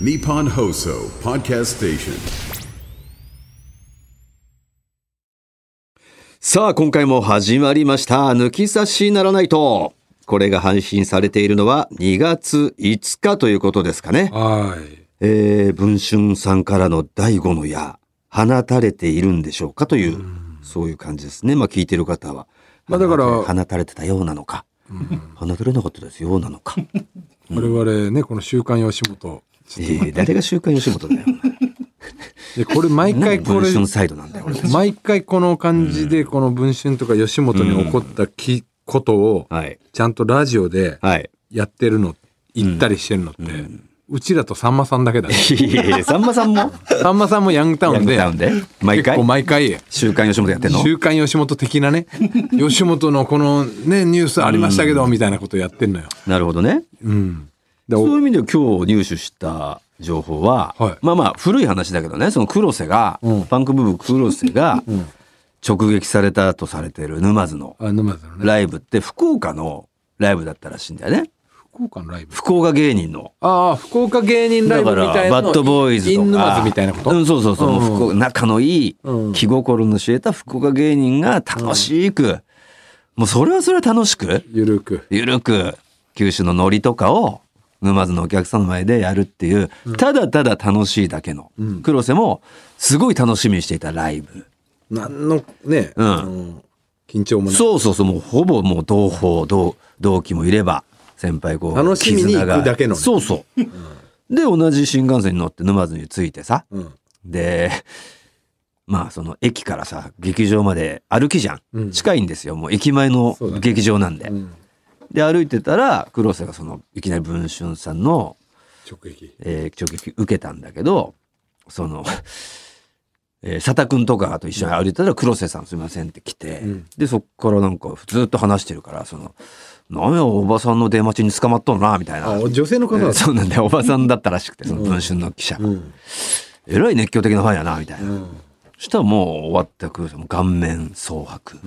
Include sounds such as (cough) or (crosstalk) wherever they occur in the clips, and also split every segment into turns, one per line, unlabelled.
Nippon Hoso Podcast Station.
さあ、今回も始まりました。抜き差しならないと。これが配信されているのは2月5日ということですかね。
はい。
えー、文春さんからの第五の矢、放たれているんでしょうかという、そういう感じですね。まあ聞いてる方は。
まあだから
放たれ放たれてたようなのか、放たれなかったですようなのか。
(laughs) 我々ね、この週刊吉本。
えー誰が週刊吉本
(laughs)
だよ。
で、これ毎
なんで
回こ
文
れ、
春サイドなんだよ。俺
毎回この感じで、この文春とか吉本に起こったき、ことを、
はい。
ちゃんとラジオで
はい。
やってるの、言ったりしてるのって、うちらとさんまさんだけだね。
いやいやいやさんまさんも、
(laughs) さんまさんもヤングタ (laughs) ウンで、
ヤングタウンで毎回
結構毎回、
週刊吉本やってんの
週刊吉本的
(laughs)
なね、吉本のこのね、ニュースありましたけど、みたいなことやってんのよ。
なるほどね。
うん。で
そういう
お
意味では今日入手した情報は、
はい
まあまあ古い話だけどねその黒瀬が、
うん
パンクブーブー黒瀬が直撃されたとされてる沼津の
あ、沼津のね、
ライブって福岡のライブだったらしいんだよね
福岡のライブ。
福岡芸人の。
ああ、福岡芸人ライ
だ
ブ
か
み
ら
たいなの。
バッドボーイズ
イ
と
ンヌマ
か
ズみたいなこと、
うん、そうそうそう、もう福岡仲のいい、
うん
気心の知れた福岡芸人が楽しく、もうそれはそれは楽しく
ゆるく。
ゆるく九州のノリとかを沼津のお客さんの前でやるっていう、ただただ楽しいだけの、黒瀬もすごい楽しみにしていたライブ、
なんのね、
うん
あの緊張もない。
そうそうそうもうほぼもう同胞同同期もいれば先輩後輩
楽しみに行くだけの
絆が
ね
そうそう、で同じ新幹線に乗って沼津に着いてさ
うん。
でまあその駅からさ劇場まで歩きじゃん、
うん
近いんですよもう駅前の
そうだね
劇場なんで、
うん。
で歩いてたら黒瀬がそのいきなり文春さんの
直撃。
えー、直撃受けたんだけどその、えー佐田君とかと一緒に歩いてたら「黒瀬さんすいません」って来て、
うん
でそっからなんかずっと話してるからその「なんやおばさんの出待ちに捕まっとんな」みたいな。
あ、女性の方
え
だ
ー
った。
そうなんだよおばさんだったらしくてその文春の記者が、
うん。
えらい熱狂的なファンやなみたいな、
うん。
そしたらもう終わってくるもう顔面蒼白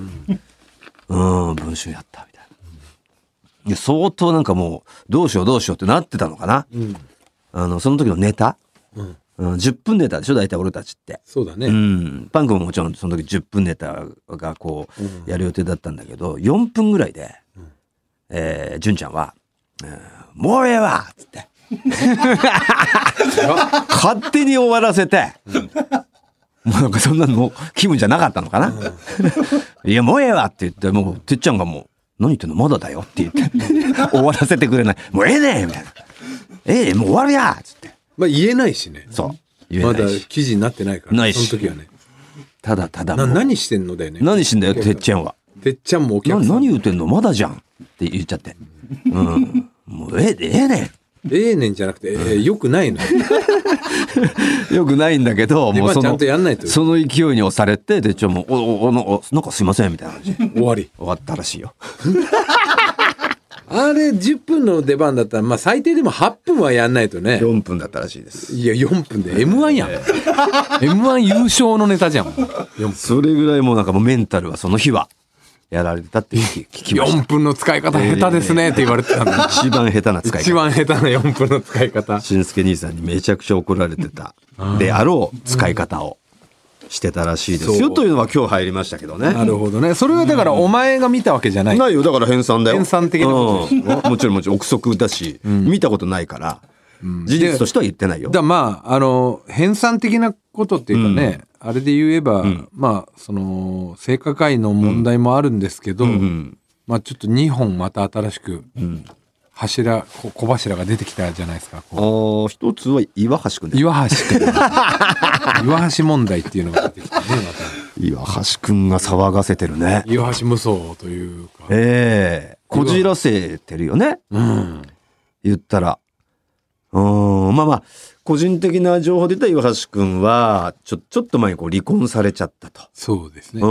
うん文春やったみたいないや相当なんかもうどうしようどうしようってなってたのかな、
うん。
あのその時のネタ
うん。
うん、10分ネタでしょ大体俺たちって。
そうだね。
うん、パンクももちろんその時10分ネタがこうやる予定だったんだけど、4分ぐらいで、えー、純ちゃんは「えーもうええわ!」っつって勝手に終わらせて、もうなんかそんなの気分じゃなかったのかな「いやもうええわ!」って言ってもうてっちゃんがもう「何言ってんのまだだよ」って言って終わらせてくれない「もうええねん!」みたいな「ええねんもう終わるや!」っつって
まあ言えないしね。
そう言
ま
えな
だ
いし。
記事になってないから。
ないし
その時はね。
ただただも
な、
う
何してんのだよね。
何してんだよてっちゃんは
てっちゃんもお
な
客さん。
何言うてんのまだじゃんって言っちゃってうんもうええええね
ええねんじゃなくて、ええよくな
(laughs)
いの。
んよくないんだけど
出
もう
番
そ
ちゃ
の
んとやんないと
その勢いに押されててっちゃんもおおおのおなんかすいませんみたいな感 (laughs) じで
終わり。
終わったらしいよ
あれ、10分の出番だったら、まあ最低でも8分はやんないとね。
4分だったらしいです
いや、4分で M1 やん。M1 優勝のネタじゃん。4
それぐらいもうなんかもうメンタルはその日はやられてたって聞 (laughs) き聞きました
分の使い方下手ですねって言われてたんだ。
一番下手な使い
(laughs) 一
方
番下手な4分の使い方。
しんすけ兄さんにめちゃくちゃ怒られて (laughs) たであろう使い方をしてたらしいですよ
そう
というのは今日入りましたけどね
なるほどね。それはだからお前が見たわけじゃない。
ないよだから編纂だよ
編纂的なこ
う
と
んもちろんもちろん憶測だし、見たことないから、事実としては言ってないよ
だまあ、あの、編纂的なことっていうかね、あれで言えば、まあ、その、性加害の問題もあるんですけど、まあちょっと2本また新しく、柱、こ小柱が出てきたじゃないですか。
あ
こう
ー一つは岩橋くんだよ
岩橋君 (laughs) 岩橋問題っていうのが出てきてねまた
岩橋くんが騒がせてるね
岩橋無双というか
ええこじらせてるよね、言ったらうーんまあまあ個人的な情報で言ったら岩橋くんはちょちょっと前にこう離婚されちゃったと、
そうですね
う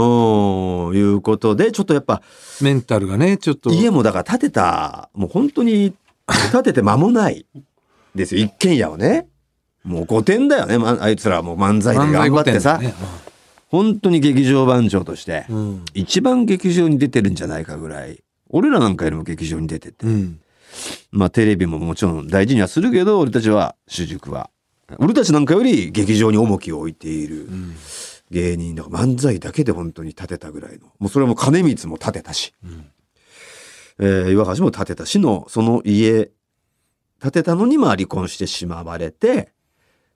んいうことでちょっとやっぱ
メンタルがねちょっと
家もだから建てたもう本当に建てて間もないですよ一軒家をねもう5点だよね、まあいつらはもう漫才で
漫才
頑張
御
って
殿
さ、
だね
本当に劇場番長として、
うん
一番劇場に出てるんじゃないかぐらい俺らなんかよりも劇場に出てて、
うん
まあテレビももちろん大事にはするけど、俺たちは、主軸は。俺たちなんかより劇場に重きを置いている芸人だから漫才だけで本当に立てたぐらいの。もうそれはもう金光も立てたし、えー岩橋も立てたしの、その家、建てたのにまあ離婚してしまわれて、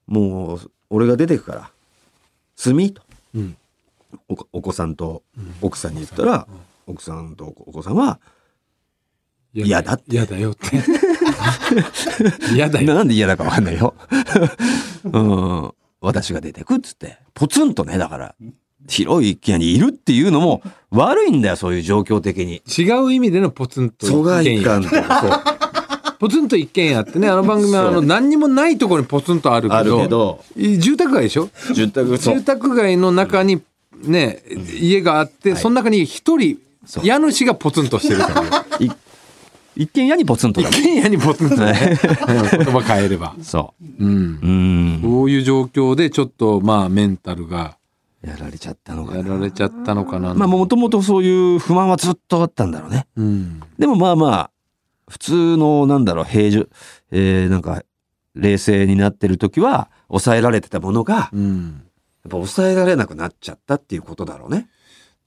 もう俺が出てくから、住みと。
うん
お子お子さんと奥さんに言ったら、奥さんとお子さんは、嫌だって
嫌だよって嫌だよ
なんで嫌だかわかんないよ。 (laughs) うん。私が出てくっつって、ポツンとね、だから、広い一軒家にいるっていうのも悪いんだよ、そういう状況的に。
違う意味でのポツンと
疎
一
外
軒家
感とか
ポツンと一軒家ってねあの番組はあの何にもないところにポツンとある
そう、あ
け
る
ど
けど、
い住宅街でしょ
住宅、そ
住
う、
宅街の中にね、家があって、その中に一人
そう
家主がポツンとしてるという
い一軒家にポツンとだ
一
もん
軒家にポツンとねうん言葉変えれば、
そう。
うん、
うん。
こういう状況でちょっとまあメンタルが
やられちゃったのか
や
な。
られちゃったのかな
まあ、もともとそういう不満はずっとあったんだろうね。
うん
でもまあまあ、普通の、なんだろう、平常、えー、なんか、冷静になってる時は、抑えられてたものが、
うん
やっぱ抑えられなくなっちゃったっていうことだろうね。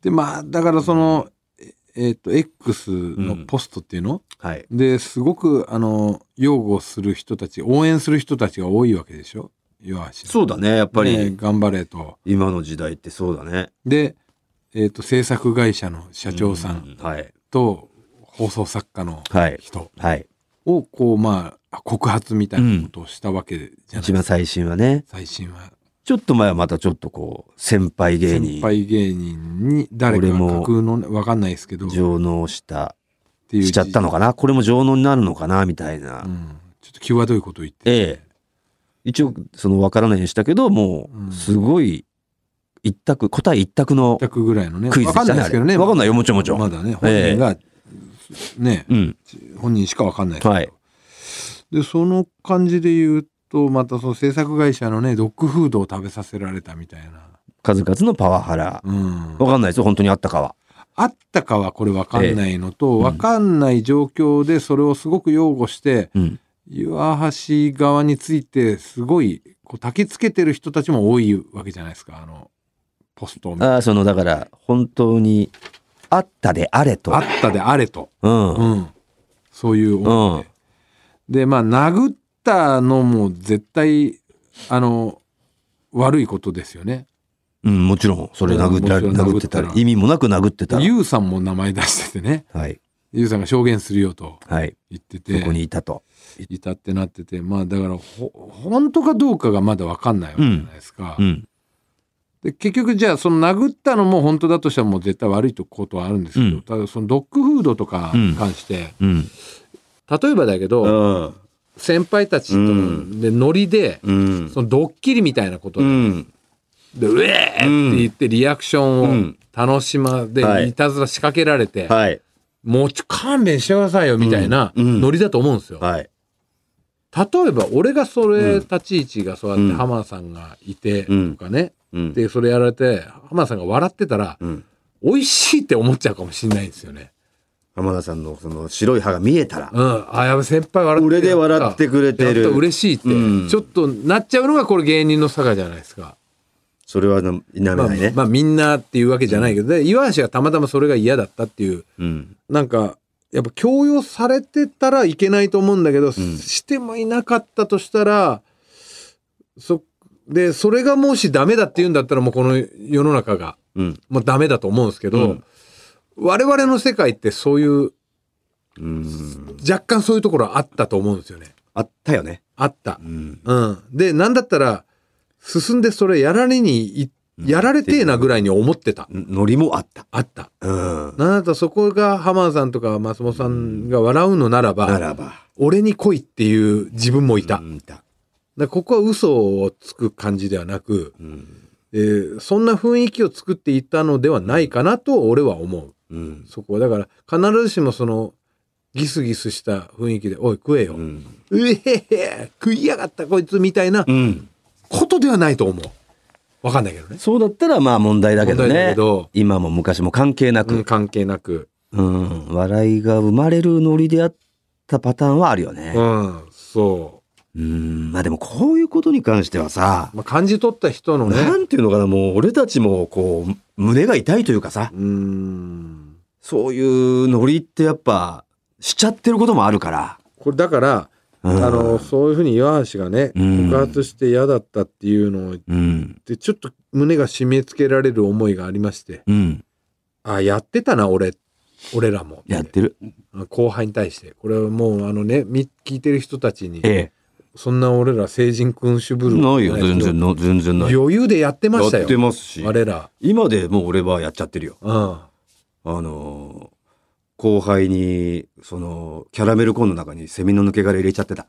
でまあだからそのええっと X のポストっていうの、
はい。
ですごくあの擁護する人たち応援する人たちが多いわけでしょ岩橋
そうだね。やっぱ
ね
り、
頑張れと
今の時代ってそうだね。
で、えっと制作会社の社長さん
う。はい。
と放送作家の
はい。
人
はい。
をこうまあ告発みたいなことをしたわけじゃない、
一番最新はね。
最新は
ちょっと前はまたちょっとこう、先輩芸
先
人、
輩芸人に誰か
俺も
架空のねわかんないですけど
上納した、
ていう
しちゃったのかな。これも上納になるのかな、みたいな。
うん、ちょっと際どいことを言って
ええ。一応、その、わからないようにしたけど、も
うん
う、すごい、一択、答え一択の
全くぐらいのね
クイズ
わ
で
か
し
ん
たね。
ないですけどね
あれわかんないよ、もちろんもちろん。
まだね本人が、ね
うん。
本人しかわかんないですけど
はい。
でその感じで言うとまたその制作会社のねドッグフードを食べさせられたみたいな、
数々のパワハラ。
うん、
わかんないですよ、本当にあったかは。
あったかはこれわかんないのと、わかんない状況でそれをすごく擁護して
うん。
岩橋側についてすごいこう焚きつけてる人たちも多いわけじゃないですかあのポストを見て
ああ、その、だから、本当に、あったであれと
あ。ったであれと、
うん。
う、
うん
そういう思いで、でまあ殴ったのも絶対あの悪いことですよね
ん、もちろん、それ殴ったり、
うんもちろん
殴ってた
殴っ
り
た、ら
意味もなく殴ってた。
ユウさんも名前出しててね
はい。
ユウさんが証言するよと
はい。
言ってて
そこにいたと。
いたってなっててまあだからほ本当かどうかがまだ分かんないわけじゃないですか、
うん。
で結局じゃあその殴ったのも本当だとしたらもう絶対悪いことはあるんですけど、
うん
ただそのドッグフードとかに関して、
うん。
例えばだけど、
うん。
先輩たちと
うん
でノリで、
うん。
そのドッキリみたいなこと
う
で
ん。
でうえーって言ってリアクショ
う
ンを
ん
楽しまで
はい
いたずら仕掛けられて、
はい。
もうちょ勘弁してくださいよみたいな
うんうん
ノリだと思うんですよ。
はい。
例えば俺がそれ、
うん
立ち位置がそうやっ
う
て
ん
浜田さんがいてと
うん
かね、
うん。
でそれやられて浜田さんが笑ってたら、
うん。
美味しいって思っちゃうかもしれないんですよね。
浜田さんのその白い歯が見えたら、
うん、あやべ先輩笑って
俺で笑ってくれてる
やった嬉しいって、
うん
ちょっとなっちゃうのがこれ芸人の差がじゃないですか。
それはな否め
まあ
ないね。
まあみんなっていうわけじゃないけど、で岩橋がたまたまそれが嫌だったっていう
うん。
なんかやっぱ強要されてたらいけないと思うんだけど、してもいなかったとしたらそでそれがもしダメだって言うんだったらもうこの世の中が
うん。
もうダメだと思うんですけど、
うん
我々の世界ってそうい
う
う
ん。
若干そういうところあったと思うんですよね
あったよね。
あった
う。ん。
うん、でなんだったら進んでそれやられにいやられてえなぐらいに思ってた
ノリもあった。
あった。
うん。
なんだったらそこが浜田さんとか松本さんが笑うのならば、
ならば。
俺に来いっていう自分もいた。
う
だか
んいた。
らここは嘘をつく感じではなく、
うん。
えーそんな雰囲気を作っていたのではないかなと俺は思う。
うん。
そこはだから必ずしもそのギスギスした雰囲気で「おい食えよ」う
うん。
えへへ食いやがったこいつ」みたいな
うん。
ことではないと思う。わかんないけどね。
そうだったらまあ問題だけど
問題だ
ね
けど
今も昔も関係な
うん
く、
関係なく。
うん笑いが生まれるノリであっったパターンはあるよね。
うん、そ
うん、まあでもこういうことに関してはさ
う。、まあ、感じ取った人のね。
なんていうのかな、もう俺たちもこう、胸が痛いというかさ、
うん。
そういうノリってやっぱ、しちゃってることもあるから。
これだから、
うん
あの、そういうふうに岩橋がね、
うん
告発して嫌だったっていうのを言っ
うん。
て、ちょっと胸が締め付けられる思いがありまして、
うん。
あ、やってたな、俺、俺らも。
やってる。
後輩に対して。これはもう、あのね、み聞いてる人たちに、
ええ。
そんな俺ら成人君主ぶる。
ないよ、全然の、全然ない。
余裕でやってました
やって
よ。
ますし。
我ら。
今でもう俺はやっちゃってるよ。
うん。
あのー後輩に、その、キャラメルコーンの中にセミの抜け殻入れちゃってた。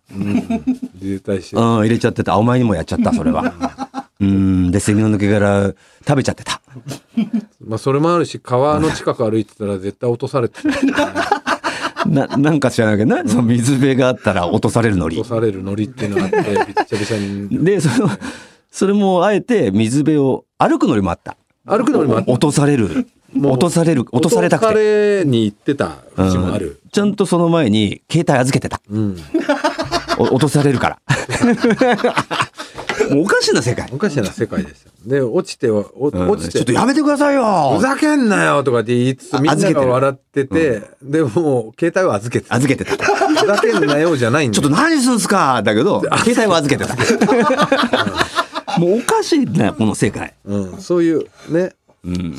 自衛隊して
うん、入れちゃってた。あお前にもやっちゃった、それは。うん、で、セミの抜け殻食べちゃってた。
まあそれもあるし川の近く歩いてたら絶対落とされてた
な、なんか知らないけど、な、その水辺があったら落とされるの
落
り
と。されるノリっていうのがあってびっちゃびちゃに
で、その、それもあえて水辺を歩くのりもあった。
歩くのにもあって
落とされる。
もう
落とされる。落とされたく
落と
て。
されに行ってた節もある
うんちゃんとその前に携帯預けてた。
うん
お落とされるから。 (laughs) もうおかしいな世界。
おかしな世界でしたで落ちてはお落ち
ちょってとやめてください
ふ
よ
ざけんなよとかって言いつつ
あ
みんな
預け
が
てる
笑っててでもう携帯は預けてた
預けてた。ち
ふざけんなよじゃないんだ
ょっと何するんすかだけど、携帯は預けてた。 (laughs) もうおかしいな、この世界。
うんそういうね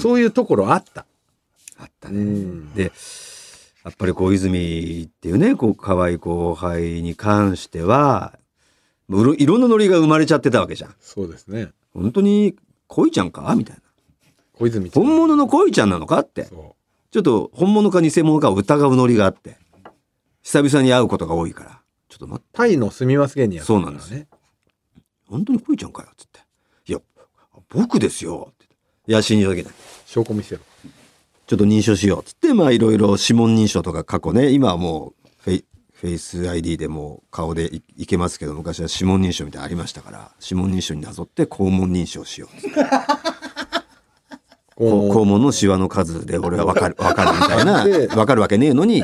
そういうところあった
あったね。で、やっぱりこう、泉っていうね、こう、可愛い後輩に関しては、うろいろんなノリが生まれちゃってたわけじゃん。
そうですね
本当に、恋ちゃんかみたいな。
小泉ちゃん
本物の恋ちゃんなのかって。
そ
ちょっと本物か偽物かを疑うノリがあって、久々に会うことが多いから、ちょっと待って、
うタイの住みます芸人やってたからね
そうなんで本当に恋ちゃんかよ、つって。いや、僕ですよ、って。いや、信じられない。
証拠見せろ
ちょっと認証しよう、つって、まあ、いろいろ指紋認証とか過去ね、今はもうフェイ、フェイス ID でもう顔でいいけますけど、昔は指紋認証みたいなのありましたから、指紋認証になぞって肛門認証しようつって。こう肛門のシワの数で俺はわかる、わかるみたいな
で、
わかるわけねえのに、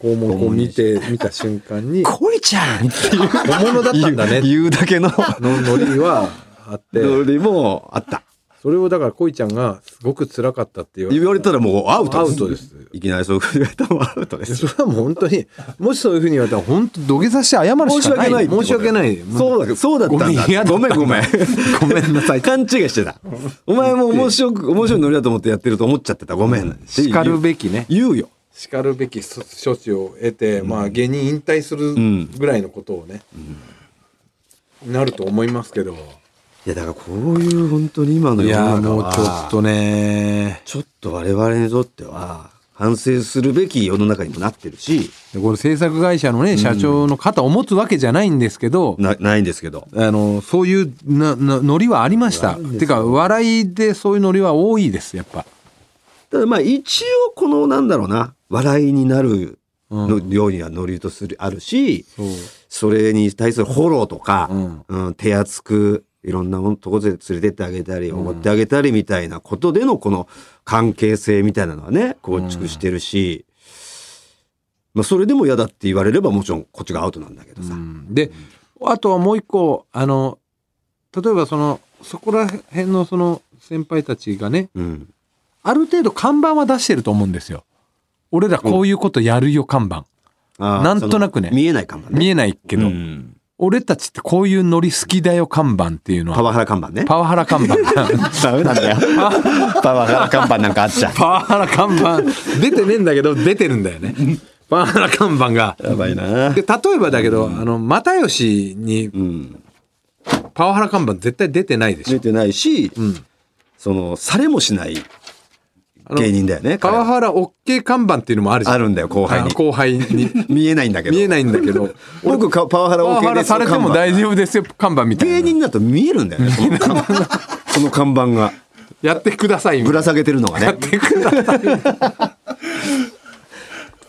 肛門を見て、見た瞬間
(laughs)
に、
恋ちゃんっていう
本物だったんだね
言う、言うだけの。
のノリはあって、
よりもあった。
それをだから恋ちゃんがすごく辛かったって言われ
言われたらもうアウト
アウトです。
いきなりそういうこと言われたらもうアウトで。
ですそれはもう本当に、もしそういうふうに言われたら、本当土下座して謝る
申
し
し
かな
訳
い。
ないってこと。
申し訳ない。
そうだ、そうだったんだ。ごめんごめん。 (laughs) ごめんなさい。勘違いしてた。お前も面白く、面白いノリだと思ってやってると思っちゃってた。ごめん。し
叱るべきね。
言うよ。
叱るべき処置を得て、まあ芸人引退するぐらいのことをね、なると思いますけど。
いや、だからこういう本当に今の
い
世の
やー
中
もう
は
ちょっとね、
ちょっと我々にとっては、反省するべき世の中にもなってるし、
でこれ制作会社のね、社長の肩を持つわけじゃないんですけど、
な、ないんですけど。
あの、そういうな、な、ノリはありました。てか、笑いでそういうノリは多いです、やっぱ。
ただまあ一応このなんだろうな笑いになるのようにはノリとするあるし、
そう。
それに対するフォローとか、
うん
うん手厚くいろんなもんとこで連れてってあげたりおごってあげたりみたいなことでのこの関係性みたいなのはね構築してるし、まあ、それでも嫌だって言われればもちろんこっちがアウトなんだけどさ。
うんで、あとはもう一個、あの、例えばその、そこら辺のその先輩たちがね、
うん
ある程度看板は出してると思うんですよ。俺らこういうことやるよ看板。
あー
なんとなくね
その見えない看板ね。
見えないけ
う
ど、
ん
俺たちってこういうノリ好きだよ看板っていうの
パ
は、
ワハラ看板ね。
パワハラ看板。 (laughs)
ダメなんだよ。パワハラ看板なんかあっちゃう。
パワハラ看板、出てねえんだけど、出てるんだよね。パワハラ看板が。
やばいな。
で、例えばだけど、あの、又吉に
うん
パワハラ看板絶対出てないでし
出
ょ。
てないし、その、されもしない芸人だよね。
パ
彼
ワ
は
ハラ OK 看板っていうのもあるじゃん。
あるんだよ、後輩
あ
に
の。後輩に。
見えないんだけど。
見えないんだけど、
僕、かパワハラ
(laughs) パワ
OK
ハラ
です
されても大丈夫ですよ、看板みた
芸
いな。
人だと見えるんだよね、その看
(laughs)
板その看板が。
やってください、みた
ぶら
いな。
下げてるのが
や (laughs)
ね
っ。てください。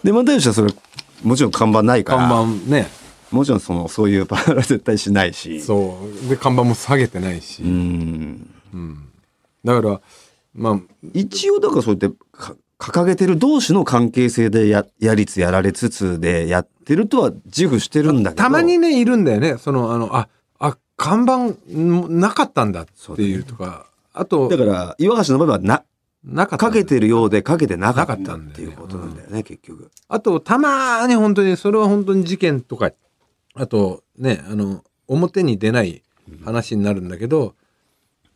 で、又吉はそれ、もちろん看板ないから。
看板ね。
もちろん、その、そういうパワハラ絶対しないし。
(laughs) そう。で、看板も下げてないし。
うん
だから、まあ、
一応、だからそうやってか、掲げてる同士の関係性でややりつやられつつでやってるとは自負してるんだけど
たまにねいるんだよねそのあのああ看板んなかったんだっていうとかあと
だから岩橋の場合はな
なかった
か
んだ
けてるようでかけてなかっ
な
た
かった
っ
んだ
て
よね
いうことなんだよね結局
あとたまーに本当にそれは本当に事件とかあとねあの表に出ない話になるんだけど、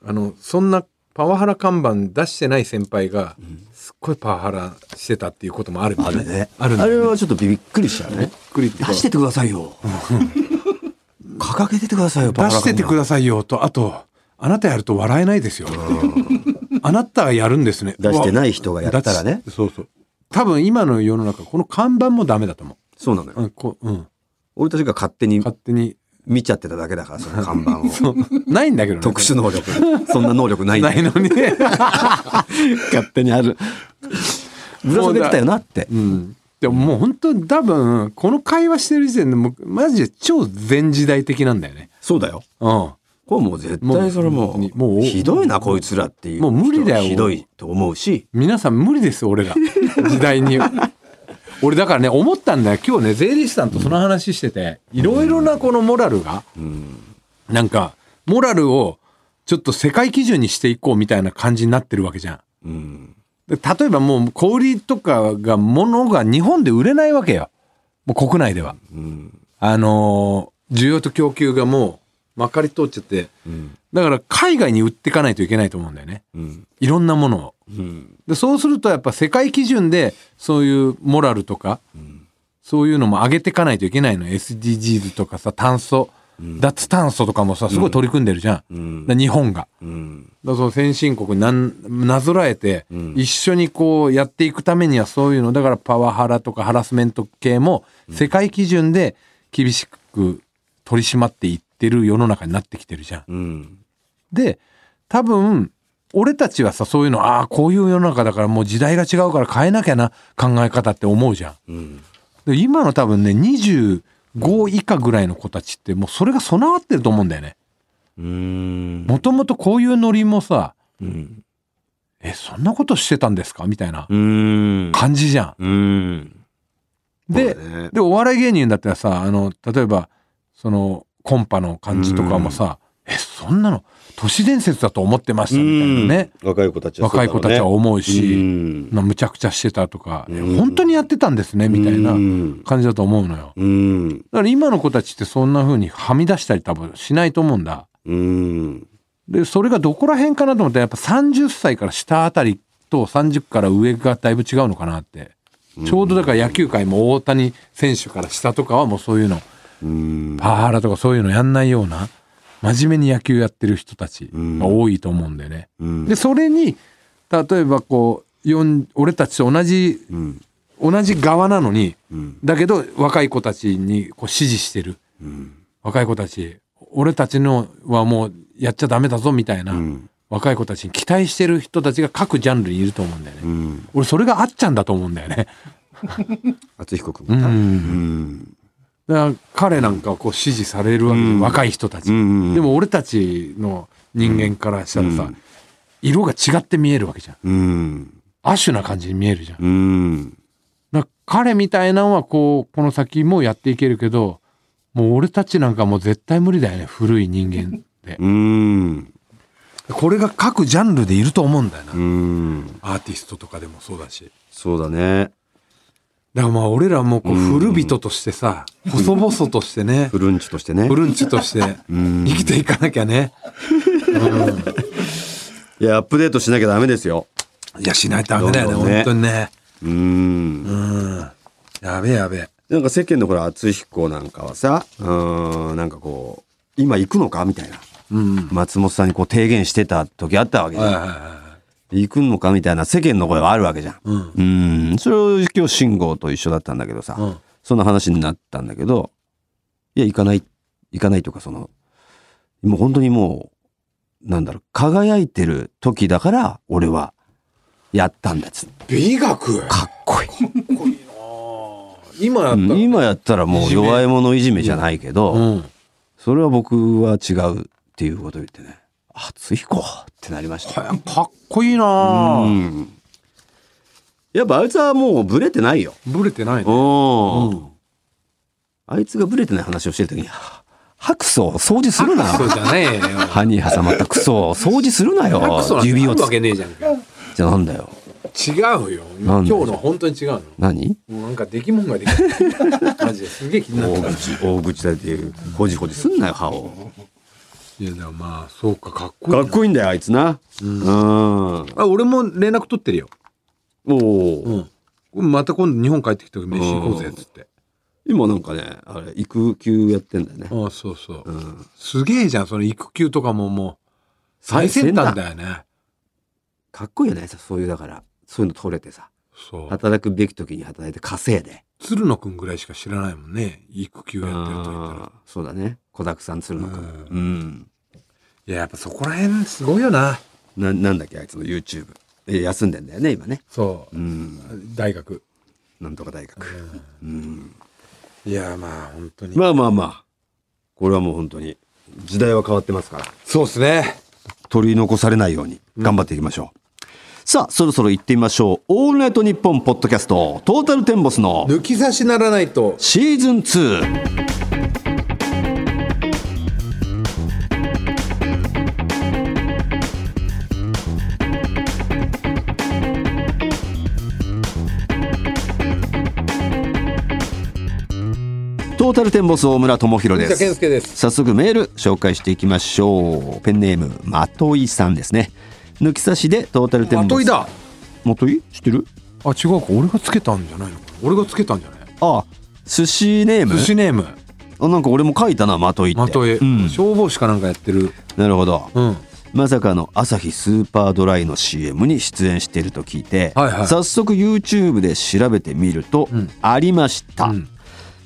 あのそんなパワハラ看板出してない先輩がすっごいパワハラしてたっていうこともあるみた
あ
いな
れね
あるんだ
あ
よ
れ
ね
はちょっとびっくりしたね
くりっていうか
出しててくださいよ (laughs) 掲げててくださいよパワ
出
ハラ
しててくださいよとあとあなたやると笑えないですよ (laughs) あなたがやるんですね
出してない人がやったらね
うわだそうそう多分今の世の中この看板もダメだと思
そうなのよ
う,、うんこううん、
俺たちが勝手に
勝手に
見ちゃってただけだ (laughs) からその看板を
ないんだけどね
特殊能力そんな能力ないんだ
ないのにね
勝手にあるぶら下げてたよなって
うんでももう本当に多分この会話してる時点でもうマジで超前時代的なんだよね
そうだよ
うん
これもう絶対それも
もうも
う
う
ひどいなこいつらっていう
もう無理だよ
ひどいと思うし
皆さん無理です (laughs) 俺ら時代に俺だからね思ったんだよ今日ね税理士さんとその話してていろいろなこのモラルが、なんかモラルをちょっと世界基準にしていこうみたいな感じになってるわけじゃん
うん
で例えばもう小売とかが物が日本で売れないわけよもう国内では、
うん
あのー需要と供給がもうまかり通っちゃって
うん
だから海外に売っていかないといけないと思うんだよね
うん
いろんなものを
うん
でそうするとやっぱ世界基準でそういうモラルとか、
ん
そういうのも上げていかないといけないの SDGs とかさ炭素、脱炭素とかもさすごい取り組んでるじゃん、
ん
だ日本が。
うん
だからその先進国になんなぞらえて、一緒にこうやっていくためにはそういうのだからパワハラとかハラスメント系も世界基準で厳しく取り締まっていってる世の中になってきてるじゃん。
うん
で多分俺たちはさそういうのああこういう世の中だからもう時代が違うから変えなきゃな考え方って思うじゃん。
うん
で今の多分ね25以下ぐらいの子たちってもうそれが備わってると思うんだよね。
うん
もともとこういうノリもさ
うん
えそんなことしてたんですかみたいな
うん
感じじゃん。
うん
で,、
そうだね
でお笑い芸人だったらさあの例えばそのコンパの感じとかもさ、えそんなの都市伝説だと思ってましたみたいなね、
若い子たち
若い子たちは思うし、
うん
なむちゃくちゃしてたとか、え
うん
本当にやってたんですねみたいな
うん
感じだと思うのよ。
うん
だから今の子たちってそんな風にはみ出したり多分しないと思うんだ。
うん
でそれがどこら辺かなと思ったらやっぱ30歳から下あたりと30から上がだいぶ違うのかなってちょうどだから野球界も大谷選手から下とかはもうそういうの
うん
パワハラとかそういうのやんないような真面目に野球やってる人たちが多いと思うんだよね。
うん
でそれに例えばこうよん俺たちと同じ
うん
同じ側なのに、
うん
だけど若い子たちにこう支持してる、若い子たち俺たちのはもうやっちゃダメだぞみたいな、
ん
若い子たちに期待してる人たちが各ジャンルにいると思うんだよね、
うん
俺それがあっちゃんだと思うんだよね
厚彦君
う
がなうんん
(laughs) だから彼なんかはこう支持されるわけで、若い人たち、
うん
でも俺たちの人間からしたらさ、色が違って見えるわけじゃん
うん
亜種な感じに見えるじゃん
うん
だから彼みたいなのはこうこの先もやっていけるけどもう俺たちなんかもう絶対無理だよね古い人間で
うん
これが各ジャンルでいると思うんだよな、
うん
アーティストとかでもそうだし
そうだね
だからまあ俺らもこう古人としてさ、細々としてね
フルンチとしてね
古んちとして生きていかなきゃね、
いやアップデートしなきゃダメですよ
いやしないとダメだよね
どうだろうね
本当にね
うん
やべえやべえ
なんか世間のほら厚彦なんかはさうんなんかこう今行くのかみたいな
うん
松本さんにこう提言してた時あったわけじゃ
は
ん
いはいは
行くのかみたいな世間の声はあるわけじゃん。うん。それを今日信号と一緒だったんだけどさ、
うん
そんな話になったんだけど、いや、行かない、行かないとか、その、もう本当にもう、なんだろう、輝いてる時だから、俺は、やったんだっつって
い美学
かっこいい。
今やっ
う
た
ん今やったらも
いうじめ
弱い者いじめじゃないけど、
うん
それは僕は違うっていうことを言ってね、厚彦ってなりました。
かっこいいなあ
うんやっぱあいつはもうブレてないよ。
ブレてないね
おーあいつがブレてない話をしてるときに、は白素を掃除するな。
そうじゃねえよ
歯に挟まったクソを掃除するなよ
クソ。なんて
指
(laughs) あ
を
る
つ
わけねえじゃんか
じゃあなんだよ。
違うよ
な
今
ん
日
だよ
のは本当に違うの
何
もうなんか出来物ができ (laughs) たマジですげえ気になっ
大
てた
口、大口だって、ほじほじすんなよ、歯を。
いやでもまあそうかかっこいい
かっこいいんだよ、あいつな。うん。お
あ俺も連絡取ってるよ
お、
うんまた今度日本帰ってきて飯行こうぜっつって
今なんかね、あれ、育休やってんだよね。
ああそうそう、すげえじゃんその育休とかももう最先端だよね
かっこいいよね、そういう、だから、そういうの取れてさ。
そう
働くべき時に働いて稼いで。
鶴野くんぐらいしか知らないもんね育休やってると言ったら
うんそうだね。子沢山するのか。
う
うん。
いややっぱそこら辺すごいよな
な、なんだっけ、あいつの YouTube。えー休んでんだよね、今ね。
そう、
うん。
大学
なんとか大学。
いやまあ本当に、
まあまあまあ。これはもう本当に、時代は変わってますから、
そうですね
取り残されないように頑張っていきましょう。さあ、そろそろ行ってみましょう。オールナイトニッポンポッドキャスト、トータルテンボスの
抜き差しならないと
シーズン2。トータルテンボス大村智弘で
藤田健
す。
介です
早速メール紹介していきましょうペンネームまといさんですね抜き差しでトータルテンボス
まといだ
まとい知ってる
あ違うか俺がつけたんじゃないのかな俺がつけたんじゃない
あ寿司ネーム
寿司ネーム
あなんか俺も書いたなまといって
まとい、
うん、
消防士かなんかやってる
なるほど、
うん
まさかの朝日スーパードライの CM に出演していると聞いて、
はいはい
早速 YouTube で調べてみると、
ん
ありました、
うん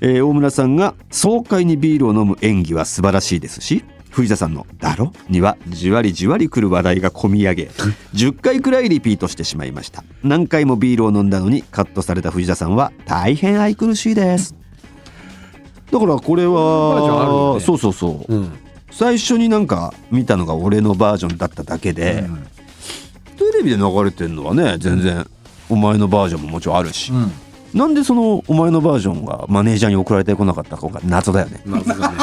えー大村さんが爽快にビールを飲む演技は素晴らしいですし藤田さんの「だろ?」にはじわりじわりくる話題が込み上げ10回くらいリピートしてしまいました何回もビールを飲んだのにカットされた藤田さんは大変愛くるしいですだからこれ
バージョンある
は、
よね
そうそうそう、
うん
最初になんか見たのが俺のバージョンだっただけで、テレビで流れてるのはね全然お前のバージョンももちろんあるし、
ん
なんでそのお前のバージョンがマネージャーに送られてこなかったかが謎だよね
(laughs) 謎だね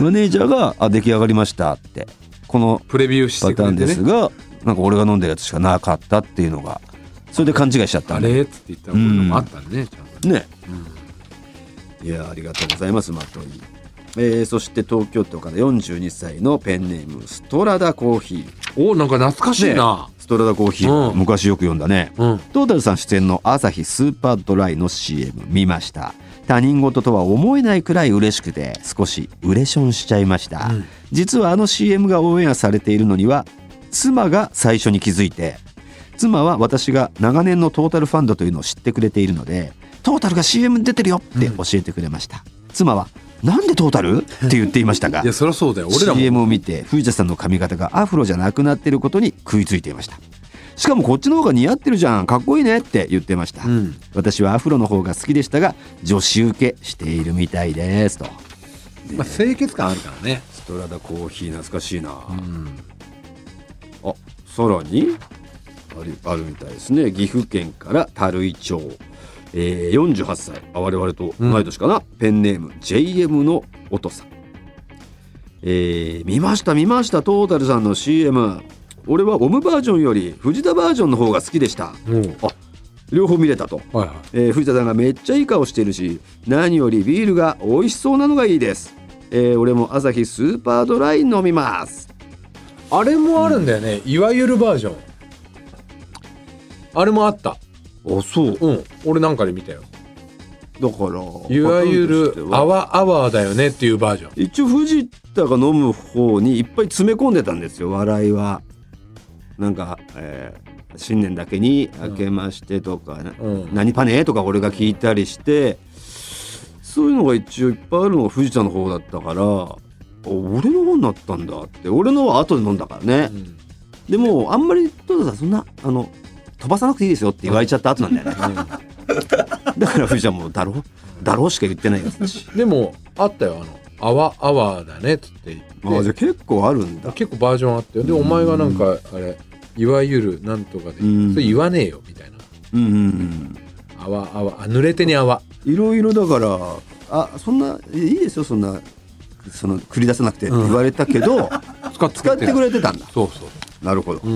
(laughs) マネージャーが「あ出来上がりました」ってこの
プレビューして
パ
く
ター
れ
ン
て
です
ね
が、なんか俺が飲んでるやつしかなかったっていうのがそれで勘違いしちゃった
あ
んだ
れっつって言ったらこういうのもあったね、ちゃんと
ね、いやありがとうございますマトイ、えーそして東京都から42歳のペンネームストラダコーヒー
おなんか懐かしいな、
ストラダコーヒー、
うん
昔よく読んだね、
うん
トータルさん出演の朝日スーパードライの CM 見ました他人事とは思えないくらい嬉しくて少しウレションしちゃいました、実はあの CM がオンエアされているのには妻が最初に気づいて妻は私が長年のトータルファンドというのを知ってくれているのでトータルが CM に出てるよって教えてくれました、妻はなんでトータルって言っていました
(laughs)
が
いやそりゃそうだよ俺らも
CM を見て藤田さんの髪型がアフロじゃなくなっていることに食いついていましたしかもこっちの方が似合ってるじゃんかっこいいねって言ってました、
ん
私はアフロの方が好きでしたが女子受けしているみたいですと
まあ、清潔感あるからね
ストラダコーヒー懐かしいな、あさらにあるあるみたいですね岐阜県から樽井町、えー、48歳あ我々と同い年かな、ペンネーム JM のおとさん、えー見ました見ましたトータルさんの CM 俺はオムバージョンより藤田バージョンの方が好きでした、
うん
あ両方見れたと
はいは
えー藤田さんがめっちゃいい顔してるし何よりビールが美味しそうなのがいいです、えー俺も朝日スーパードライ飲みます
あれもあるんだよね、いわゆるバージョンあれもあった
あそう
うん俺なんかで見たよ
だから
いわゆ
パターンとし
る
て
「ア
は
ワアワーだよね」っていうバージョン
一応藤田が飲む方にいっぱい詰め込んでたんですよ笑いはなんか、えー新年だけに明けましてとか、な
うん
何パネとか俺が聞いたりしてそういうのが一応いっぱいあるのが藤田の方だったからあ俺の方になったんだって俺のは後で飲んだからね、
うん
でもあんまりトドさんそんなあの飛ばさなくていいですよって言われちゃった後なんだよね、だから藤田もうだろだろしか言ってないやつだし
でもあったよあの「アワアワーだね」っつって言って
結構あるんだ
結構バージョンあったよでお前がなんかあれいわゆるなんとかで、それ言わねえよみたいな
うんうんうん
あわあわあ濡れてにあわ
いろいろだからあそんないいですよそんなその繰り出さなくてって言われたけど、
(laughs) 使って
使ってくれてたんだ
そうそう
なるほど、
だか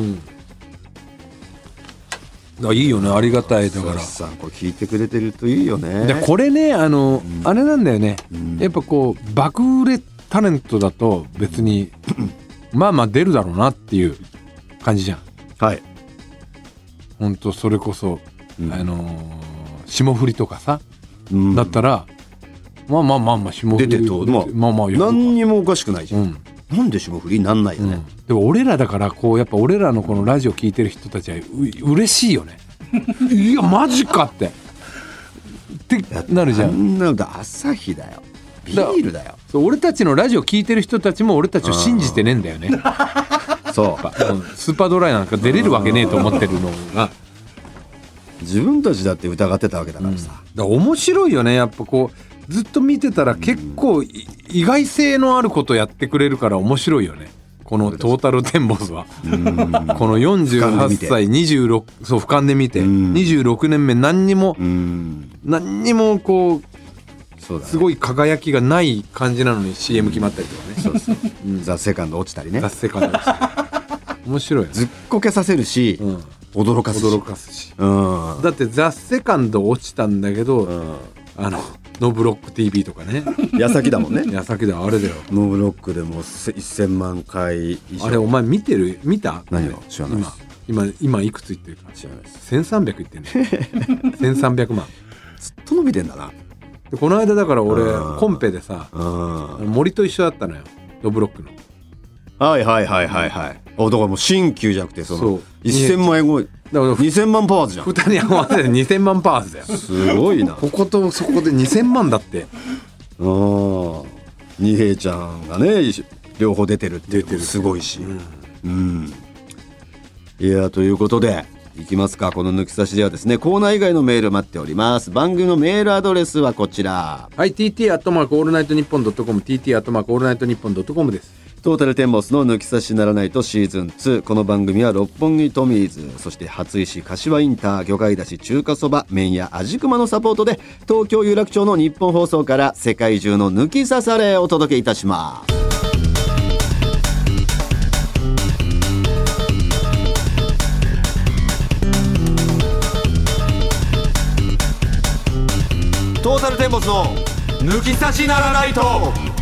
らいいよねありがたいだから
佐々木さんこれ聞いてくれてるといいよね
でこれねあの、あれなんだよね、やっぱこう爆売れタレントだと別 (laughs) にまあまあ出るだろうなっていう感じじゃん
はい
本当それこそ、あのー霜降りとかさ、だったらまあまあまあまあ霜降
出
り
てると、まあ、
まあまあやるか
何にもおかしくないじゃん、
うん
なんで霜降りになんないよね、
でも俺らだからこうやっぱ俺らのこのラジオ聞いてる人たちはう嬉しい
(laughs)
よねいやマジかってってなるじゃ
あ
ん
んなのだ朝日だよビールだよ
そう俺たちのラジオ聞いてる人たちも俺たちを信じてねえんだよね
そう
うんスーパードライなんか出れるわけねえと思ってるのがだか
自分たちだって疑ってたわけだからさ、
ら面白いよねやっぱこうずっと見てたら結構い意外性のあることやってくれるから面白いよねこのトータルテンボスはこの
俯瞰で見
48
て
歳26そう俯瞰で見て26年目何にも何にもこう
そうだね
すごい輝きがない感じなのに CM 決まったりとかねそうそう
ザ・セカンド落ちたりね
達成感面白いよね
ずっこけさせるし、驚かすし
驚かすし
うん
だって「ザ・セカンド落ちたんだけど、あの「ノブロック TV」とかね
矢先だもんね
いやさっきだあれだよ
ノブロックでもせ1000万回以上
あれお前見てる見た
何を知らないです
今今今いくついってるか
知らないです
1300いってんね1300万
ずっと伸びてんだな
でこの間だから俺コンペでさ
うん
森と一緒だったのよノブロックの
はいはいはいはいはいおだからもう新旧じゃなくてそ
そ
の
う
1000万円超え
だから
2000万パワーズじゃん
2人合わせて2000万パーツだよ
すごいな
こことそこで2000万だって
うん二平ちゃんがね一緒両方出てるっていうのもすごいしうん、いやということでいきますかこの抜き差しではですねコーナー以外のメール待っております番組のメールアドレスはこちら
はい TT アットマークオールナイトニッポンドットコム TT アットマークオールナイトニッポンドットコムです
トータルテンボスの抜き差しならないとシーズン2。この番組は六本木トミーズ、そして初石、柏インター、魚介だし、中華そば、麺屋、味熊のサポートで、東京有楽町の日本放送から世界中の抜き差されお届けいたします。トータルテンボスの抜き差しならないと